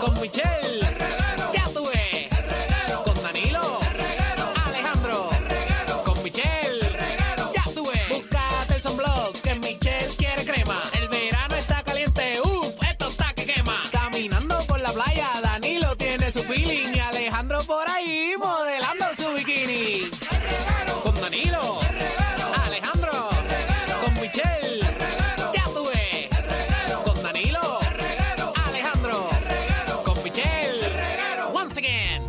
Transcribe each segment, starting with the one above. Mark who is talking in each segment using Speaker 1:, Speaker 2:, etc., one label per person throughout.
Speaker 1: con Michelle, ya tuve, con Danilo, Alejandro, con Michelle, ya tuve. Búscate el sunblock que Michelle quiere crema. El verano está caliente, uff, esto está que quema. Caminando por la playa, Danilo tiene su feeling y Alejandro por ahí modelando su bikini. Con Danilo, Alejandro, con Michelle, ya tuve. Con Danilo, Alejandro, con Michelle, once again.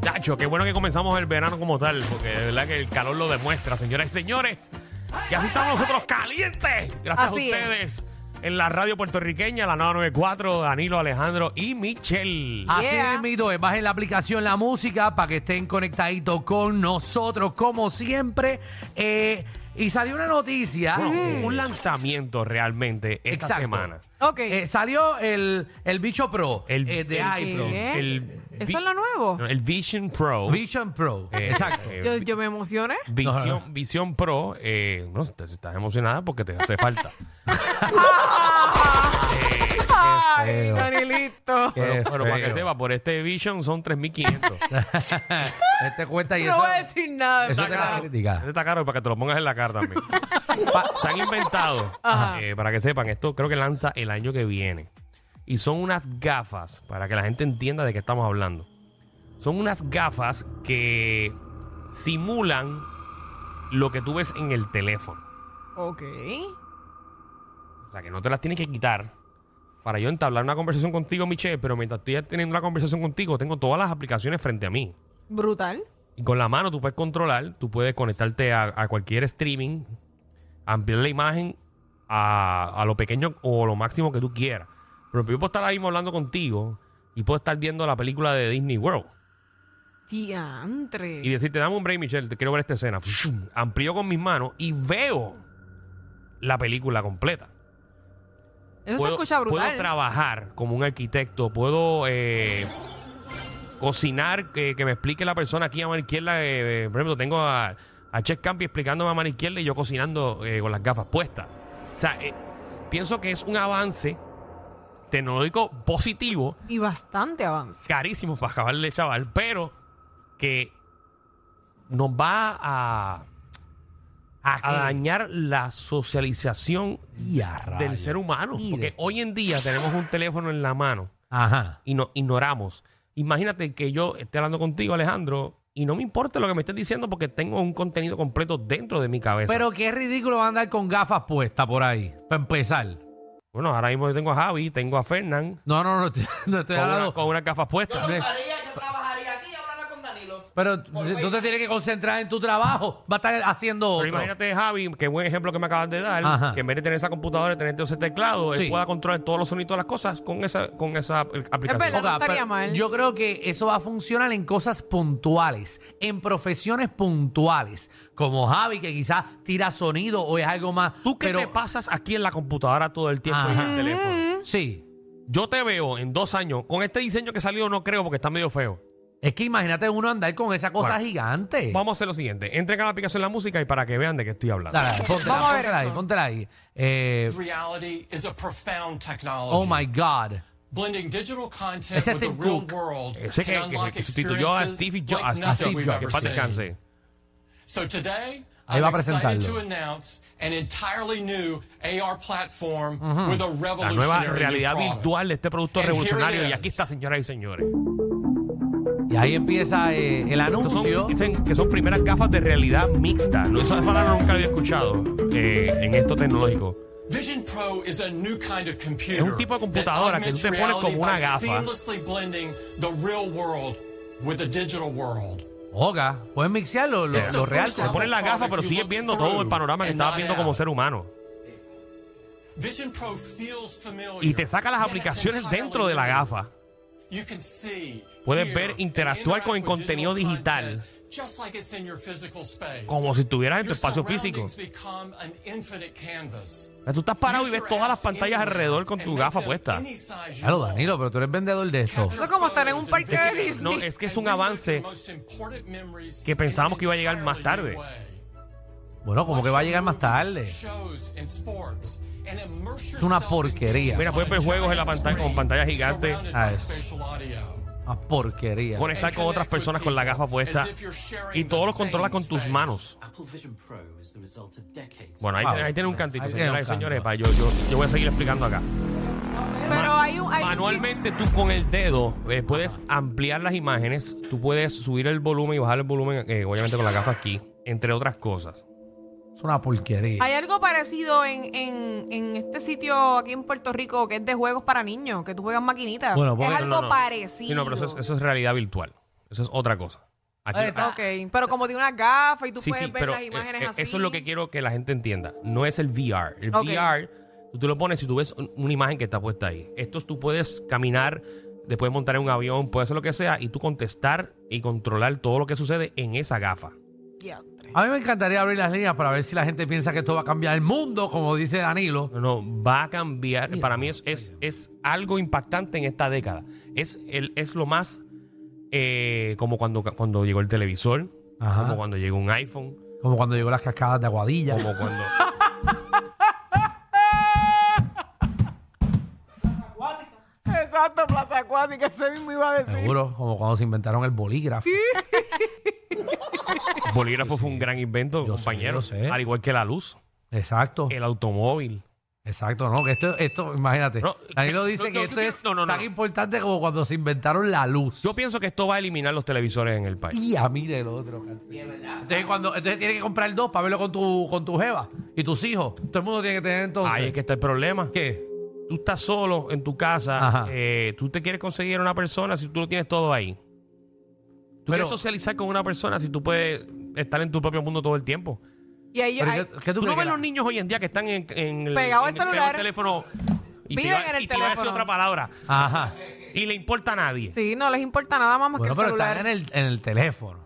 Speaker 2: Dacho, qué bueno que comenzamos el verano como tal, porque de verdad que el calor lo demuestra, señoras y señores. Y así estamos nosotros calientes. Gracias
Speaker 3: Así
Speaker 2: a ustedes en la radio puertorriqueña, la 994, Danilo, Alejandro y Michelle.
Speaker 4: Así
Speaker 3: Yeah.
Speaker 4: mismito es, bajen la aplicación La Música para que estén conectaditos con nosotros, como siempre. Eh, y salió una noticia.
Speaker 2: Bueno,
Speaker 4: eh,
Speaker 2: un lanzamiento realmente esta
Speaker 4: exacto.
Speaker 2: semana.
Speaker 3: Ok.
Speaker 4: Eh, salió el, el bicho pro
Speaker 2: El-
Speaker 4: eh, de
Speaker 2: el-
Speaker 4: iPro.
Speaker 3: ¿Qué?
Speaker 2: El
Speaker 3: ¿Eso
Speaker 2: Vi-
Speaker 3: es lo nuevo?
Speaker 2: No, El Vision Pro.
Speaker 4: Vision Pro.
Speaker 2: Eh,
Speaker 4: Exacto.
Speaker 2: eh,
Speaker 3: yo, yo me emocioné.
Speaker 2: Visión, Visión Pro, eh, no, te- estás emocionada porque te hace falta.
Speaker 3: Ay,
Speaker 4: feo.
Speaker 3: Danilito.
Speaker 4: Qué
Speaker 2: Pero, pero para que
Speaker 4: feo.
Speaker 2: sepa, por este Vision son 3.500.
Speaker 4: Este cuenta y
Speaker 3: No
Speaker 4: eso.
Speaker 3: voy a decir nada.
Speaker 4: eso
Speaker 3: de
Speaker 4: te
Speaker 3: verdad.
Speaker 4: la crítica.
Speaker 2: Ese está caro para que te lo pongas en la cara también.
Speaker 4: Pa-
Speaker 2: Se han inventado, eh, para que sepan, esto creo que lanza el año que viene. Y son unas gafas, para que la gente entienda de qué estamos hablando. Son unas gafas que simulan lo que tú ves en el teléfono.
Speaker 3: Ok.
Speaker 2: O sea, que no te las tienes que quitar para yo entablar una conversación contigo, Michelle. Pero mientras estoy teniendo una conversación contigo, tengo todas las aplicaciones frente a mí.
Speaker 3: Brutal.
Speaker 2: Y con la mano tú puedes controlar, tú puedes conectarte a, a cualquier streaming, ampliar la imagen a, a lo pequeño o lo máximo que tú quieras. Pero yo puedo estar ahí mismo hablando contigo y puedo estar viendo la película de Disney World
Speaker 3: Diantre.
Speaker 2: y decirte, dame un break, Michelle, te quiero ver esta escena. Amplío con mis manos y veo la película completa.
Speaker 3: Eso se
Speaker 2: puedo,
Speaker 3: escucha
Speaker 2: puedo
Speaker 3: brutal.
Speaker 2: trabajar como un arquitecto, puedo eh, cocinar, que, que me explique la persona aquí a mano izquierda. eh, por ejemplo, tengo a, a Chef Campi explicándome a mano izquierda y yo cocinando eh, con las gafas puestas. O sea, eh, pienso que es un avance tecnológico positivo,
Speaker 3: Y bastante avance.
Speaker 2: carísimo para acabarle, chaval, pero que nos va a, a dañar la socialización del ser humano.
Speaker 4: Mire.
Speaker 2: Porque hoy en día tenemos un teléfono en la mano
Speaker 4: Ajá.
Speaker 2: y nos ignoramos. Imagínate que yo esté hablando contigo, Alejandro, y no me importa lo que me estés diciendo porque tengo un contenido completo dentro de mi cabeza.
Speaker 4: Pero qué ridículo andar con gafas puestas por ahí, para empezar.
Speaker 2: bueno, ahora mismo yo tengo a Javi, tengo a Fernán,
Speaker 4: No, no, no, estoy- no estoy
Speaker 2: con, una-
Speaker 4: hablando.
Speaker 2: con unas gafas puestas.
Speaker 4: Pero tú te tienes que concentrar en tu trabajo. Va a estar haciendo
Speaker 2: Pero
Speaker 4: otro.
Speaker 2: imagínate, Javi, qué buen ejemplo que me acabas de dar,
Speaker 4: Ajá.
Speaker 2: que en vez de tener esa computadora y tener ese teclado, él
Speaker 4: Sí.
Speaker 2: pueda controlar todos los sonidos y todas las cosas con esa, con esa eh, aplicación.
Speaker 3: verdad. no
Speaker 4: Ok,
Speaker 3: estaría
Speaker 4: pero
Speaker 3: mal.
Speaker 4: Yo creo que eso va a funcionar en cosas puntuales, en profesiones puntuales, como Javi, que quizás tira sonido o es algo más.
Speaker 2: Tú que
Speaker 4: pero-
Speaker 2: te pasas aquí en la computadora todo el tiempo y en
Speaker 4: Ajá.
Speaker 2: el teléfono.
Speaker 4: Sí.
Speaker 2: Yo te veo en dos años. Con este diseño que salió, no creo porque está medio feo.
Speaker 4: Es que imagínate uno andar con esa cosa
Speaker 2: Bueno,
Speaker 4: gigante.
Speaker 2: Vamos a hacer lo siguiente. Entren a la aplicación la música y para que vean de qué estoy hablando.
Speaker 4: Dale, dale, póntela,
Speaker 3: Vamos a ver
Speaker 4: póntela ahí,
Speaker 3: eso.
Speaker 4: póntela ahí. Eh,
Speaker 5: reality is a profound technology.
Speaker 4: oh my God.
Speaker 5: Blending digital content
Speaker 4: Ese
Speaker 5: with the
Speaker 4: Tim
Speaker 5: real
Speaker 4: Cook.
Speaker 5: world
Speaker 2: Ese Eh, que,
Speaker 5: can
Speaker 2: que-
Speaker 5: unlock
Speaker 2: que sustituyó a Steve
Speaker 5: experiences
Speaker 2: Jobs.
Speaker 5: like
Speaker 2: a
Speaker 5: nothing
Speaker 2: Steve
Speaker 5: we've
Speaker 2: Jobs, que
Speaker 5: ever
Speaker 2: paz
Speaker 5: seen.
Speaker 2: descanse.
Speaker 5: So today,
Speaker 4: Ahí
Speaker 5: I'm
Speaker 4: va a
Speaker 5: excited
Speaker 4: presentarlo.
Speaker 5: to announce an entirely new AR platform with a
Speaker 2: Mm-hmm. La
Speaker 5: revolutionary
Speaker 2: nueva
Speaker 5: new
Speaker 2: realidad
Speaker 5: product.
Speaker 2: virtual de este producto
Speaker 5: And here it
Speaker 2: revolucionario. Y aquí
Speaker 5: is.
Speaker 2: está, señoras y señores.
Speaker 4: Y ahí empieza eh, el
Speaker 2: Estos son-
Speaker 4: anuncio.
Speaker 2: dicen que son primeras gafas de realidad mixta. No, esa palabra nunca la había escuchado eh, en esto tecnológico.
Speaker 5: Vision Pro is a new kind of computer.
Speaker 2: Es un tipo de computadora
Speaker 5: that
Speaker 2: que tú te
Speaker 5: augments
Speaker 2: pones como
Speaker 5: reality
Speaker 2: una
Speaker 5: by
Speaker 2: gafa.
Speaker 5: Seamlessly blending the real world with the digital world.
Speaker 4: Oga, puedes mixear lo, lo-
Speaker 5: It's the
Speaker 4: lo real.
Speaker 5: first
Speaker 2: Te pones la gafa, pero sigues viendo todo el panorama que estabas viendo como ser humano.
Speaker 5: Vision Pro feels familiar.
Speaker 2: Y te saca las
Speaker 5: Yet it's
Speaker 2: aplicaciones
Speaker 5: entirely
Speaker 2: dentro de la
Speaker 5: new.
Speaker 2: gafa.
Speaker 5: You can see,
Speaker 2: Puedes
Speaker 5: hear,
Speaker 2: ver,
Speaker 5: and
Speaker 2: interactuar con el
Speaker 5: interact with
Speaker 2: contenido
Speaker 5: digital
Speaker 2: digital.
Speaker 5: content, just like it's in your physical space.
Speaker 2: Como si estuvieras en tu
Speaker 5: Your
Speaker 2: espacio físico.
Speaker 5: surroundings become an infinite canvas.
Speaker 2: O sea, tú estás parado y ves todas las pantallas alrededor con tu gafa puesta.
Speaker 4: Claro, Danilo, pero tú eres vendedor de esto.
Speaker 3: Eso es como estar en un parque de Disney.
Speaker 2: No, es que es un avance
Speaker 5: que pensábamos que iba a llegar más tarde.
Speaker 4: Bueno, como que va a llegar más tarde.
Speaker 5: Es
Speaker 4: una porquería.
Speaker 2: Mira, puedes ver juegos en la pantalla con pantalla gigante.
Speaker 4: Ah, es. Una porquería.
Speaker 2: Conectar con e- otras personas con la gafa puesta. Y todo lo controlas con tus manos.
Speaker 6: Apple Vision Pro is the result of decades.
Speaker 2: Bueno, ahí,
Speaker 4: Wow.
Speaker 2: tiene, ahí tiene un cantito,
Speaker 4: Ahí tiene
Speaker 2: señoras y
Speaker 4: un canto.
Speaker 2: señores. pa, yo, yo, yo voy a seguir explicando acá.
Speaker 3: Pero hay un. Hay un
Speaker 2: Manualmente tú con el dedo eh, puedes ampliar las imágenes, tú puedes subir el volumen y bajar el volumen, eh, obviamente con la gafa aquí, entre otras cosas.
Speaker 4: Es una porquería.
Speaker 3: Hay algo parecido en, en, en este sitio aquí en Puerto Rico que es de juegos para niños, que tú juegas maquinitas.
Speaker 4: Bueno,
Speaker 3: es
Speaker 4: porque-
Speaker 3: algo
Speaker 2: No, no.
Speaker 3: parecido.
Speaker 2: Sí, no, pero eso es, eso es realidad virtual. Eso es otra cosa. Aquí- ah,
Speaker 4: Ahí está.
Speaker 3: Ok, pero como tiene unas gafas y tú
Speaker 2: sí,
Speaker 3: puedes
Speaker 2: sí,
Speaker 3: ver
Speaker 2: pero
Speaker 3: las
Speaker 4: e,
Speaker 2: eh,
Speaker 3: imágenes
Speaker 2: eh,
Speaker 3: así.
Speaker 2: eso es lo que quiero que la gente entienda. No es el VR. El
Speaker 3: Ok.
Speaker 2: VR, tú lo pones y tú ves un- una imagen que está puesta ahí. Estos tú puedes caminar, te puedes montar en un avión, puedes hacer lo que sea y tú contestar y controlar todo lo que sucede en esa gafa.
Speaker 3: Diantre.
Speaker 4: A mí me encantaría abrir las líneas para ver si la gente piensa que esto va a cambiar el mundo, como dice Danilo.
Speaker 2: No, no, va a cambiar. Para mí es, es, es algo impactante en esta década. Es, el, es lo más eh, como cuando, cuando llegó el televisor,
Speaker 4: Ajá.
Speaker 2: como cuando llegó un iPhone,
Speaker 4: Como cuando llegó las cascadas de Aguadilla.
Speaker 2: como cuando.
Speaker 3: Exacto, Plaza Acuática, ese mismo iba a decir.
Speaker 4: Seguro, como cuando se inventaron el bolígrafo.
Speaker 2: El bolígrafo fue un gran invento,
Speaker 4: Yo sé,
Speaker 2: compañero.
Speaker 4: yo sé.
Speaker 2: Al igual que la luz,
Speaker 4: Exacto.
Speaker 2: el automóvil.
Speaker 4: Exacto, no, que esto, esto imagínate.
Speaker 2: No,
Speaker 4: Danilo
Speaker 2: que-
Speaker 4: dice
Speaker 2: no,
Speaker 4: que
Speaker 2: no,
Speaker 4: esto
Speaker 2: yo
Speaker 4: es
Speaker 2: quiero- no, no,
Speaker 4: tan
Speaker 2: no.
Speaker 4: importante como cuando se inventaron la luz.
Speaker 2: Yo pienso que esto va a eliminar los televisores en el país.
Speaker 4: Tía, mire el otro. Entonces, cuando, entonces tienes que comprar dos para verlo con tu, con tu jeva y tus hijos. Todo el mundo tiene que tener entonces.
Speaker 2: Ahí es que está el problema.
Speaker 4: ¿Qué?
Speaker 2: Tú estás solo en tu casa,
Speaker 4: Ajá.
Speaker 2: eh, tú te quieres conseguir una persona si tú lo tienes todo ahí. Tú
Speaker 4: Pero-
Speaker 2: quieres socializar con una persona si tú puedes estar en tu propio mundo todo el tiempo.
Speaker 3: Y ahí
Speaker 4: Pero
Speaker 3: ahí-
Speaker 4: ¿qué- qué
Speaker 2: Tú, no
Speaker 4: tú, crees
Speaker 2: ves
Speaker 4: que
Speaker 2: los
Speaker 4: la-
Speaker 2: niños hoy en día que están en, en el,
Speaker 3: Pegado al
Speaker 2: en el-
Speaker 3: celular.
Speaker 2: pegado al teléfono. Y te,
Speaker 3: Viven
Speaker 2: iba,
Speaker 3: en el
Speaker 2: y te iba a decir
Speaker 3: teléfono.
Speaker 2: otra palabra.
Speaker 4: Ajá.
Speaker 2: Y le importa a nadie.
Speaker 3: Sí, no les importa nada más, más
Speaker 4: Bueno,
Speaker 3: que el
Speaker 4: pero
Speaker 3: celular.
Speaker 4: están en el, en el teléfono.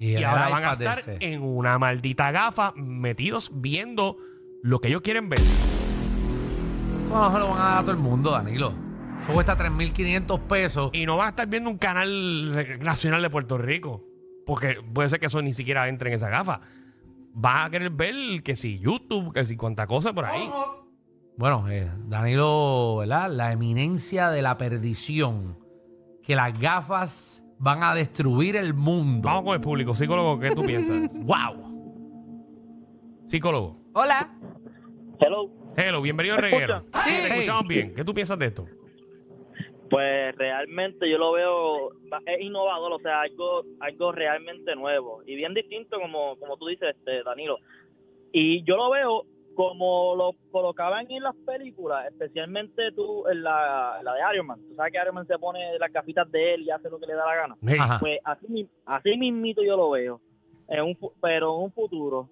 Speaker 2: Y
Speaker 4: en
Speaker 2: ahora
Speaker 4: el
Speaker 2: van a
Speaker 4: iPad
Speaker 2: estar
Speaker 4: ese.
Speaker 2: en una maldita gafa metidos viendo lo que ellos quieren ver.
Speaker 4: Eso no se lo van a dar a todo el mundo, Danilo. Eso cuesta 3.500 pesos.
Speaker 2: Y no van a estar viendo un canal re- nacional de Puerto Rico. Porque puede ser que eso ni siquiera entre en esa gafa. Vas a querer ver que si YouTube, que si cuánta cosa por ahí.
Speaker 4: Bueno, eh, Danilo, ¿verdad? La eminencia de la perdición. Que las gafas van a destruir el mundo.
Speaker 2: Vamos con el público. Psicólogo, ¿qué tú piensas?
Speaker 4: ¡Wow!
Speaker 2: Psicólogo.
Speaker 3: Hola.
Speaker 7: Hello.
Speaker 2: Hello, bienvenido al reguero.
Speaker 3: Sí.
Speaker 2: Te escuchamos bien. ¿Qué tú piensas de esto?
Speaker 7: Pues realmente yo lo veo, es innovador, o sea, algo, algo realmente nuevo y bien distinto como, como tú dices, este, Danilo. Y yo lo veo como lo colocaban en las películas, especialmente tú, en la, la de Iron Man. Tú sabes que Iron Man se pone las gafitas de él y hace lo que le da la gana.
Speaker 2: Hey,
Speaker 4: Ajá.
Speaker 7: Pues así, mi- así mismito yo lo veo, en un, fu- pero en un futuro.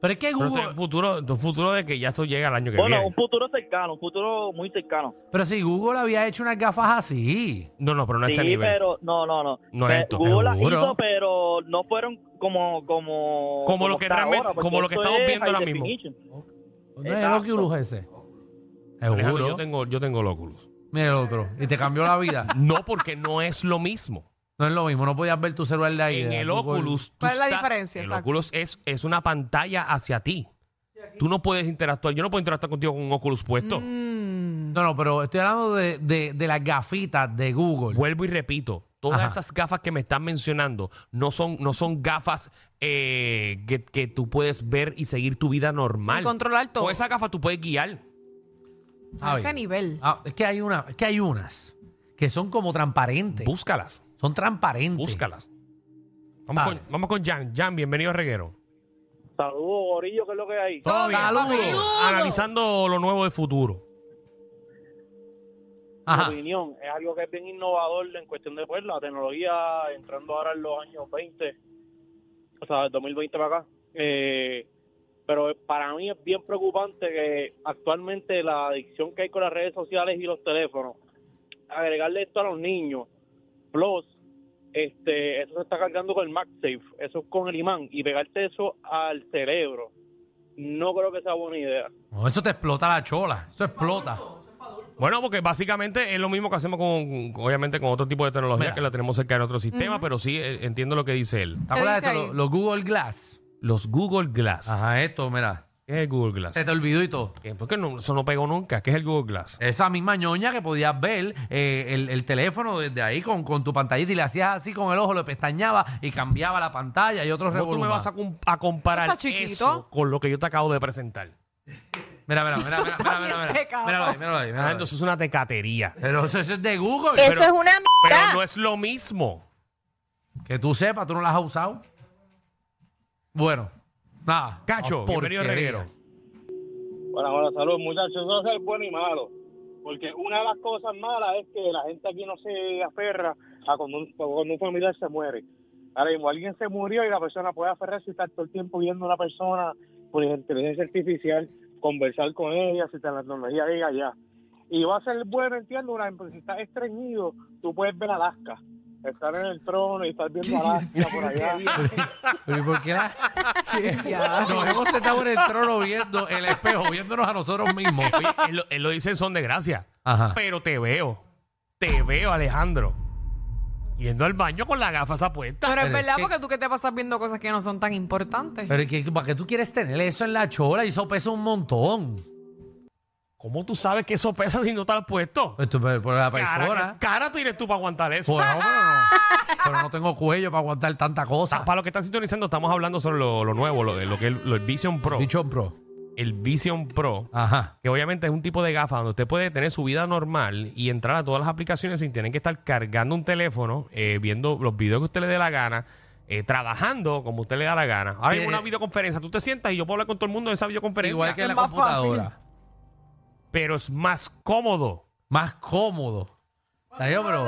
Speaker 4: Pero es que
Speaker 2: pero
Speaker 4: Google.
Speaker 2: tu futuro, tu futuro de que ya esto llega el año que
Speaker 7: Bueno,
Speaker 2: viene.
Speaker 7: un futuro cercano, un futuro muy cercano.
Speaker 4: Pero si Google había hecho unas gafas así.
Speaker 2: No, no, pero no a
Speaker 7: Sí,
Speaker 2: este nivel.
Speaker 7: pero no, no, no.
Speaker 2: No
Speaker 7: Eh,
Speaker 2: esto.
Speaker 7: Google las
Speaker 4: Seguro.
Speaker 7: hizo, pero no fueron como como
Speaker 2: Como lo que
Speaker 7: está
Speaker 2: realmente-
Speaker 7: porque
Speaker 2: como lo que
Speaker 7: esto
Speaker 2: estamos
Speaker 7: es
Speaker 2: viendo
Speaker 7: high
Speaker 2: ahora mismo.
Speaker 7: definition.
Speaker 4: ¿No es el
Speaker 7: Exacto.
Speaker 4: Oculus ese?
Speaker 2: Alejandro, yo
Speaker 4: Seguro.
Speaker 2: tengo, yo tengo el Oculus.
Speaker 4: Mira el otro. Y te cambió la vida.
Speaker 2: No, porque no es lo mismo.
Speaker 4: No es lo mismo. No podías ver tu celular de ahí.
Speaker 2: en
Speaker 4: de
Speaker 2: el
Speaker 4: Google.
Speaker 2: Oculus. tú
Speaker 3: ¿Cuál es la
Speaker 2: estás-
Speaker 3: diferencia?
Speaker 2: El
Speaker 3: Exacto.
Speaker 2: Oculus es, es una pantalla hacia ti. Tú no puedes interactuar. Yo no puedo interactuar contigo con un Oculus puesto.
Speaker 3: Mm.
Speaker 4: No, no, pero estoy hablando de, de, de las gafitas de Google.
Speaker 2: Vuelvo y repito. Todas
Speaker 4: Ajá.
Speaker 2: esas gafas que me están mencionando no son, no son gafas eh, que, que tú puedes ver y seguir tu vida normal.
Speaker 3: Sin controlar todo.
Speaker 2: Con
Speaker 4: Pues,
Speaker 2: esa gafa tú puedes guiar.
Speaker 4: A
Speaker 3: A
Speaker 4: ver.
Speaker 3: ese nivel.
Speaker 4: Ah, es que hay una, es que hay unas que son como transparentes.
Speaker 2: Búscalas.
Speaker 4: son transparentes.
Speaker 2: Búscalas. Vamos
Speaker 4: Vale.
Speaker 2: con, vamos con Jan. Jan, bienvenido a Reguero.
Speaker 7: Saludos, gorillo, que es lo que hay.
Speaker 4: Todo bien.
Speaker 3: Saludos.
Speaker 2: Analizando lo nuevo de futuro.
Speaker 4: Ajá.
Speaker 7: Mi opinión es algo que es bien innovador en cuestión de pues, la tecnología entrando ahora en los años 20, o sea, 2020 para acá. Eh, pero para mí es bien preocupante que actualmente la adicción que hay con las redes sociales y los teléfonos, agregarle esto a los niños, plus, este, eso se está cargando con el MagSafe, eso es con el imán, y pegarte eso al cerebro, no creo que sea buena idea.
Speaker 4: No, eso te explota la chola. Eso explota.
Speaker 2: Bueno, porque básicamente es lo mismo que hacemos con, obviamente, con otro tipo de tecnología
Speaker 4: Mira.
Speaker 2: que la tenemos cerca en otro sistema, pero sí eh, entiendo lo que dice él.
Speaker 4: ¿Te acuerdas de
Speaker 3: dice
Speaker 4: esto?
Speaker 3: ahí?
Speaker 4: Los, los Google Glass.
Speaker 2: Los Google Glass.
Speaker 4: Ajá, esto, mira.
Speaker 2: ¿Qué es el Google Glass?
Speaker 4: Se te olvidó y todo.
Speaker 2: Eh, ¿Por qué no, eso no pegó nunca? ¿Qué es el Google Glass?
Speaker 4: Esa misma ñoña que podías ver eh, el, el teléfono desde ahí con, con tu pantallita y le hacías así con el ojo, lo pestañaba y cambiaba la pantalla y otros
Speaker 2: ¿Cómo tú me
Speaker 4: revoluciones.
Speaker 2: vas a, com- a comparar
Speaker 3: Está chiquito.
Speaker 2: eso con lo que yo te acabo de presentar?
Speaker 4: Mira, mira, mira,
Speaker 3: Eso
Speaker 4: mira,
Speaker 3: está
Speaker 4: mira, mira,
Speaker 3: bien
Speaker 4: mira.
Speaker 3: pecado.
Speaker 4: Míralo ahí, míralo ahí,
Speaker 2: Ah,
Speaker 4: míralo ahí.
Speaker 2: entonces es una tecatería.
Speaker 4: Pero eso, eso es de Google.
Speaker 8: Eso es una
Speaker 2: Pero
Speaker 8: mierda.
Speaker 2: no es lo mismo.
Speaker 4: Que tú sepas, tú no las has usado. Bueno, nada. Ah,
Speaker 2: Cacho, bienvenido al
Speaker 4: porquería.
Speaker 2: reguero.
Speaker 7: Bueno, bueno, saludos muchachos, eso es el bueno y malo, porque una de las cosas malas es que la gente aquí no se aferra a cuando un, cuando un familiar se muere. Ahora mismo alguien se murió y la persona puede aferrarse y estar todo el tiempo viendo a una persona por inteligencia artificial, conversar con ella, si te la tecnología llega ya. Y va a ser bueno, entiendo, una, si estás estreñido, tú puedes ver Alaska, estar en el trono y estar viendo Alaska por allá.
Speaker 4: Pero, ¿y por qué la-
Speaker 3: Ya.
Speaker 4: Nos hemos sentado en el trono viendo el espejo, viéndonos a nosotros mismos.
Speaker 2: Oye, él, lo- él lo dice en son de gracia.
Speaker 4: Ajá.
Speaker 2: Pero te veo. Te veo, Alejandro. Yendo al baño con la gafas apuesta.
Speaker 3: Pero es
Speaker 4: Pero
Speaker 3: verdad
Speaker 4: es que-
Speaker 3: porque tú que te pasas viendo cosas que no son tan importantes.
Speaker 4: Pero ¿y qué- ¿para qué tú quieres tener eso en la chola? Y eso pesa un montón.
Speaker 2: ¿Cómo tú sabes que eso pesa si no te lo has puesto?
Speaker 4: Pues tú, pero por la
Speaker 2: Cara,
Speaker 4: persona.
Speaker 2: ¿qué cara tienes tú para aguantar eso.
Speaker 4: Pues, no, pero, no, pero no tengo cuello para aguantar tanta cosa.
Speaker 2: Para los que están sintonizando, estamos hablando sobre lo, lo nuevo, lo, de- lo que es lo- el Vision Pro.
Speaker 4: Bicho pro.
Speaker 2: El Vision Pro,
Speaker 4: Ajá.
Speaker 2: que obviamente es un tipo de gafa donde usted puede tener su vida normal y entrar a todas las aplicaciones sin tener que estar cargando un teléfono, eh, viendo los videos que usted le dé la gana, eh, trabajando como usted le da la gana. Ahora hay
Speaker 4: Eh,
Speaker 2: una videoconferencia, tú te sientas y yo puedo hablar con todo el mundo de esa videoconferencia.
Speaker 4: Igual que
Speaker 3: Es
Speaker 4: la
Speaker 3: más fácil.
Speaker 4: computadora.
Speaker 2: pero es más cómodo.
Speaker 4: Más cómodo. Danilo, pero.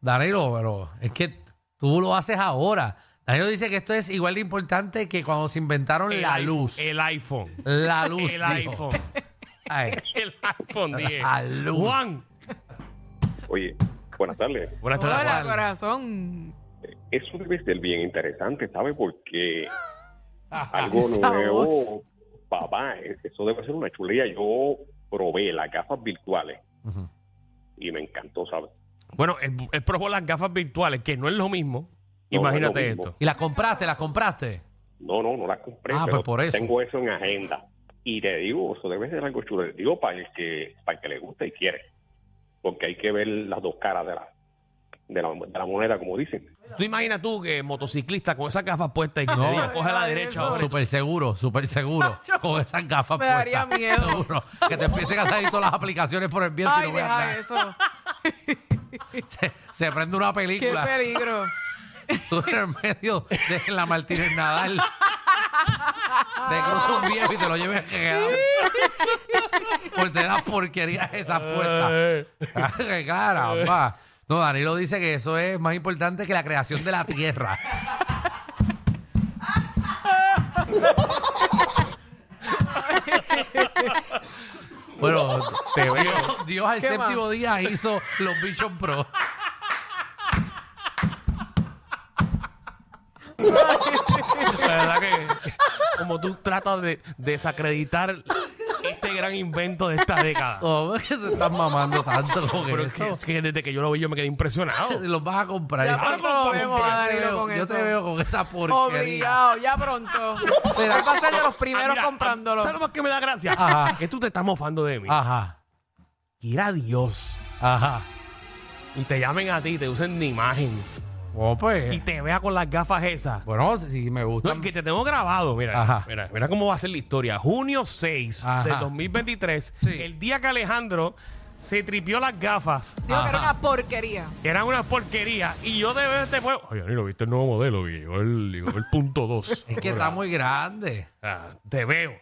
Speaker 4: Danilo, pero es que tú lo haces ahora. Danilo dice que esto es igual de importante que cuando se inventaron
Speaker 2: El
Speaker 4: la
Speaker 2: iPhone-
Speaker 4: luz.
Speaker 2: El iPhone.
Speaker 4: la luz.
Speaker 2: el
Speaker 4: dijo.
Speaker 2: iPhone.
Speaker 4: Ay.
Speaker 2: El iPhone 10.
Speaker 4: La luz.
Speaker 2: Juan.
Speaker 9: Oye, buenas tardes.
Speaker 2: Buenas tardes,
Speaker 3: Hola,
Speaker 2: Juan.
Speaker 3: corazón.
Speaker 9: Eso debe ser bien interesante, ¿sabes? Porque algo
Speaker 3: esa voz.
Speaker 9: nuevo, papá, eso debe ser una chulería. Yo probé las gafas virtuales
Speaker 4: Ujú.
Speaker 9: y me encantó, ¿sabes?
Speaker 2: Bueno, él, él probó las gafas virtuales, que no es lo mismo.
Speaker 9: No,
Speaker 2: Imagínate
Speaker 9: no es lo mismo.
Speaker 2: esto.
Speaker 4: ¿Y las compraste? ¿Las compraste?
Speaker 9: No, no, no las compré.
Speaker 4: Ah,
Speaker 9: pero
Speaker 4: pues por eso.
Speaker 9: Tengo eso en agenda. Y te digo, eso debe ser algo chulo. Digo, para el que, para el que le gusta y quiere. Porque hay que ver las dos caras de la, de la, de la moneda, como dicen.
Speaker 2: Tú imaginas tú que motociclista con esas gafas puestas y que te diga, coge a la derecha
Speaker 3: Eso.
Speaker 2: ahora.
Speaker 4: Súper seguro, súper seguro.
Speaker 3: Yo-
Speaker 4: con esas gafas
Speaker 3: me daría
Speaker 4: puestas.
Speaker 3: miedo.
Speaker 4: Seguro. Que te empiecen a salir todas las aplicaciones por el viento y
Speaker 3: Ay,
Speaker 4: no veas
Speaker 3: deja
Speaker 4: nada.
Speaker 3: eso.
Speaker 4: Se, se prende una
Speaker 3: Qué
Speaker 4: película.
Speaker 3: peligro.
Speaker 4: Tú en medio de la Martínez Nadal. Te cruza un viejo y te lo lleves Pues quedado. Por tener las porquerías esas puestas.
Speaker 2: Eh,
Speaker 4: Ay, Caramba. No, Danilo dice que eso es más importante que la creación de la tierra. Bueno,
Speaker 2: te veo.
Speaker 4: Dios, Dios al
Speaker 3: ¿Qué
Speaker 4: séptimo día hizo los bichos pro.
Speaker 2: La verdad que como tú tratas de desacreditar este gran invento de esta década.
Speaker 4: Oh, que te estás mamando tanto con
Speaker 2: Pero es que,
Speaker 4: eso.
Speaker 2: es que desde que yo lo vi yo me quedé impresionado.
Speaker 4: Los vas a comprar.
Speaker 3: Ya
Speaker 4: Eso-
Speaker 3: pronto lo vemos a
Speaker 4: Yo te
Speaker 3: Danilo
Speaker 4: veo-
Speaker 3: con
Speaker 4: yo
Speaker 3: eso.
Speaker 4: te veo con esa porquería.
Speaker 3: Obligado, ya pronto. Voy
Speaker 4: Mira.
Speaker 3: a ser de los
Speaker 2: Ah,
Speaker 3: primeros
Speaker 2: mira,
Speaker 3: comprándolo. Ah.
Speaker 2: ¿Sabes lo más que me da gracia?
Speaker 4: Ajá.
Speaker 2: Que tú te estás mofando de mí.
Speaker 4: Ajá,
Speaker 2: Quiera Dios.
Speaker 4: ajá.
Speaker 2: Y te llamen a ti, te usen mi imagen.
Speaker 4: Oh,
Speaker 2: Y
Speaker 4: pues.
Speaker 2: te vea con las gafas esas.
Speaker 4: Bueno, si si me gusta.
Speaker 2: No, es que te tengo grabado, mira,
Speaker 4: Ajá.
Speaker 2: mira, mira cómo va a ser la historia. Junio 6
Speaker 4: Ajá.
Speaker 2: del 2023,
Speaker 4: Sí.
Speaker 2: el día que Alejandro se tripió las gafas,
Speaker 3: Digo que era
Speaker 4: Ajá.
Speaker 3: una porquería.
Speaker 2: que eran una porquería, y yo de ver este pueblo. Oye, lo viste el nuevo modelo, que llegó el, llegó el punto 2.
Speaker 4: Es que está muy grande.
Speaker 2: te veo.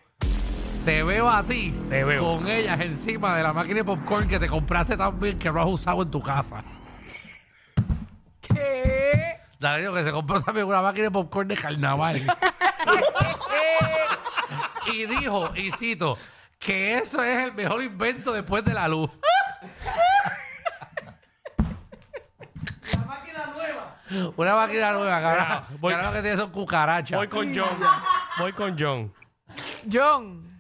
Speaker 4: Te veo a ti.
Speaker 2: Te veo.
Speaker 4: Con ellas encima de la máquina de popcorn que te compraste también que no has usado en tu casa.
Speaker 3: ¿Qué?
Speaker 4: Danilo que se compró también una máquina de popcorn de carnaval. y dijo, y cito, que eso es el mejor invento después de la luz. Una máquina nueva, cabrón.
Speaker 2: Mira, voy-
Speaker 4: Cabrón que tiene son cucarachas.
Speaker 2: Voy con John. Voy con John.
Speaker 3: John.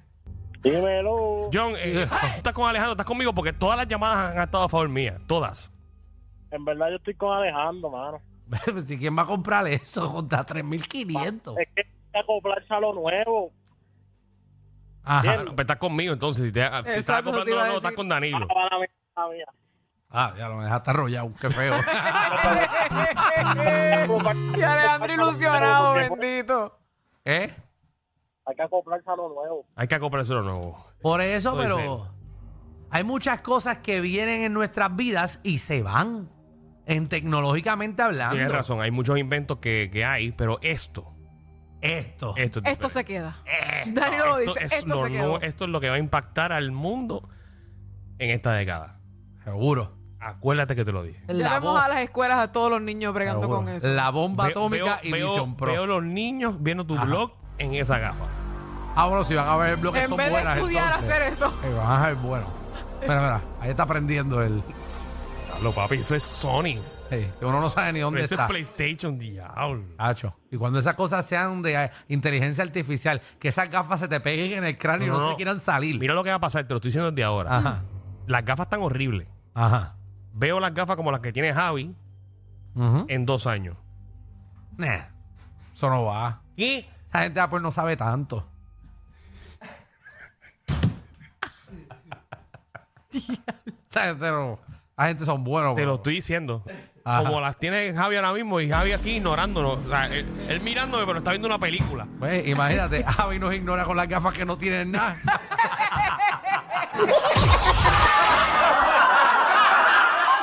Speaker 9: Dímelo.
Speaker 2: John, eh, tú estás con Alejandro, estás conmigo porque todas las llamadas han estado a favor mía. Todas.
Speaker 9: En verdad yo estoy con Alejandro, mano.
Speaker 4: Si Pues, quién va a comprar eso, contra 3500.
Speaker 2: eh,
Speaker 9: Es que hay que acoplarse a lo nuevo.
Speaker 8: Ah,
Speaker 4: Ajá.
Speaker 2: Pero estás conmigo entonces. Si te, si estás
Speaker 3: Exacto,
Speaker 2: comprando,
Speaker 3: te iba a
Speaker 2: no, no,
Speaker 3: decir.
Speaker 2: estás con Danilo.
Speaker 9: Ah, mala mía, mala mía.
Speaker 4: Ah, ya lo me dejaste arrollado, qué feo.
Speaker 3: y Alejandro ilusionado, bendito.
Speaker 4: ¿Eh?
Speaker 9: Hay que acoplarse a lo nuevo.
Speaker 2: Hay que comprarse uno nuevo.
Speaker 4: Por eso,
Speaker 2: Puede
Speaker 4: pero hay muchas cosas que vienen en nuestras vidas y se van. En tecnológicamente hablando.
Speaker 2: Tienes razón, hay muchos inventos que, que hay, pero esto,
Speaker 4: Esto.
Speaker 2: esto es
Speaker 3: Esto
Speaker 2: diferente.
Speaker 3: se queda. Danilo lo dice,
Speaker 2: es
Speaker 3: esto
Speaker 2: lo
Speaker 3: se quedó.
Speaker 2: nuevo, esto es lo que va a impactar al mundo en esta década.
Speaker 4: Seguro.
Speaker 2: Acuérdate que te lo dije.
Speaker 3: Llevemos
Speaker 4: bo-
Speaker 3: a las escuelas a todos los niños bregando
Speaker 4: seguro.
Speaker 3: con eso.
Speaker 4: La bomba
Speaker 2: Veo-
Speaker 4: atómica
Speaker 2: veo-
Speaker 4: y
Speaker 2: veo-
Speaker 4: Vision Pro.
Speaker 2: Veo los niños viendo tu
Speaker 4: Ajá.
Speaker 2: blog en esa gafa.
Speaker 4: Ah, bueno, si van a ver el bloque,
Speaker 3: en
Speaker 4: son
Speaker 3: vez de
Speaker 4: buenas.
Speaker 3: estudiar
Speaker 4: entonces.
Speaker 3: hacer eso.
Speaker 4: Eh, van a ver, bueno. Espera, espera. Ahí está prendiendo el.
Speaker 2: Lo papi, eso es Sony.
Speaker 4: eh, que uno no sabe ni dónde
Speaker 2: Pero eso
Speaker 4: está.
Speaker 2: es PlayStation, diablo.
Speaker 4: Acho. Y cuando esas cosas sean de eh, inteligencia artificial, que esas gafas se te peguen en el cráneo y no, se quieran salir.
Speaker 2: Mira lo que va a pasar, te lo estoy diciendo desde ahora.
Speaker 4: Ajá.
Speaker 2: Las gafas están horribles.
Speaker 4: Ajá.
Speaker 2: Veo las gafas como las que tiene Javi
Speaker 4: Ujú.
Speaker 2: en dos años.
Speaker 4: Nah, Eso no va.
Speaker 2: ¿Qué?
Speaker 4: Esa gente de Apple no sabe tanto. Esa gente no. La gente son buenos. pues.
Speaker 2: Te lo
Speaker 4: bro.
Speaker 2: estoy diciendo.
Speaker 4: Ajá.
Speaker 2: Como las tiene Javi ahora mismo y Javi aquí ignorándonos. O sea, él, él mirándome, pero está viendo una película.
Speaker 4: Pues, imagínate, Javi nos ignora con las gafas que no tienen nada.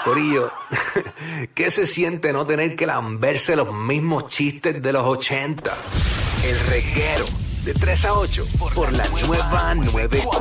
Speaker 8: Corillo, ¿qué se siente no tener que lamberse los mismos chistes de los 80? El reguero de 3 a 8 por la nueva 94.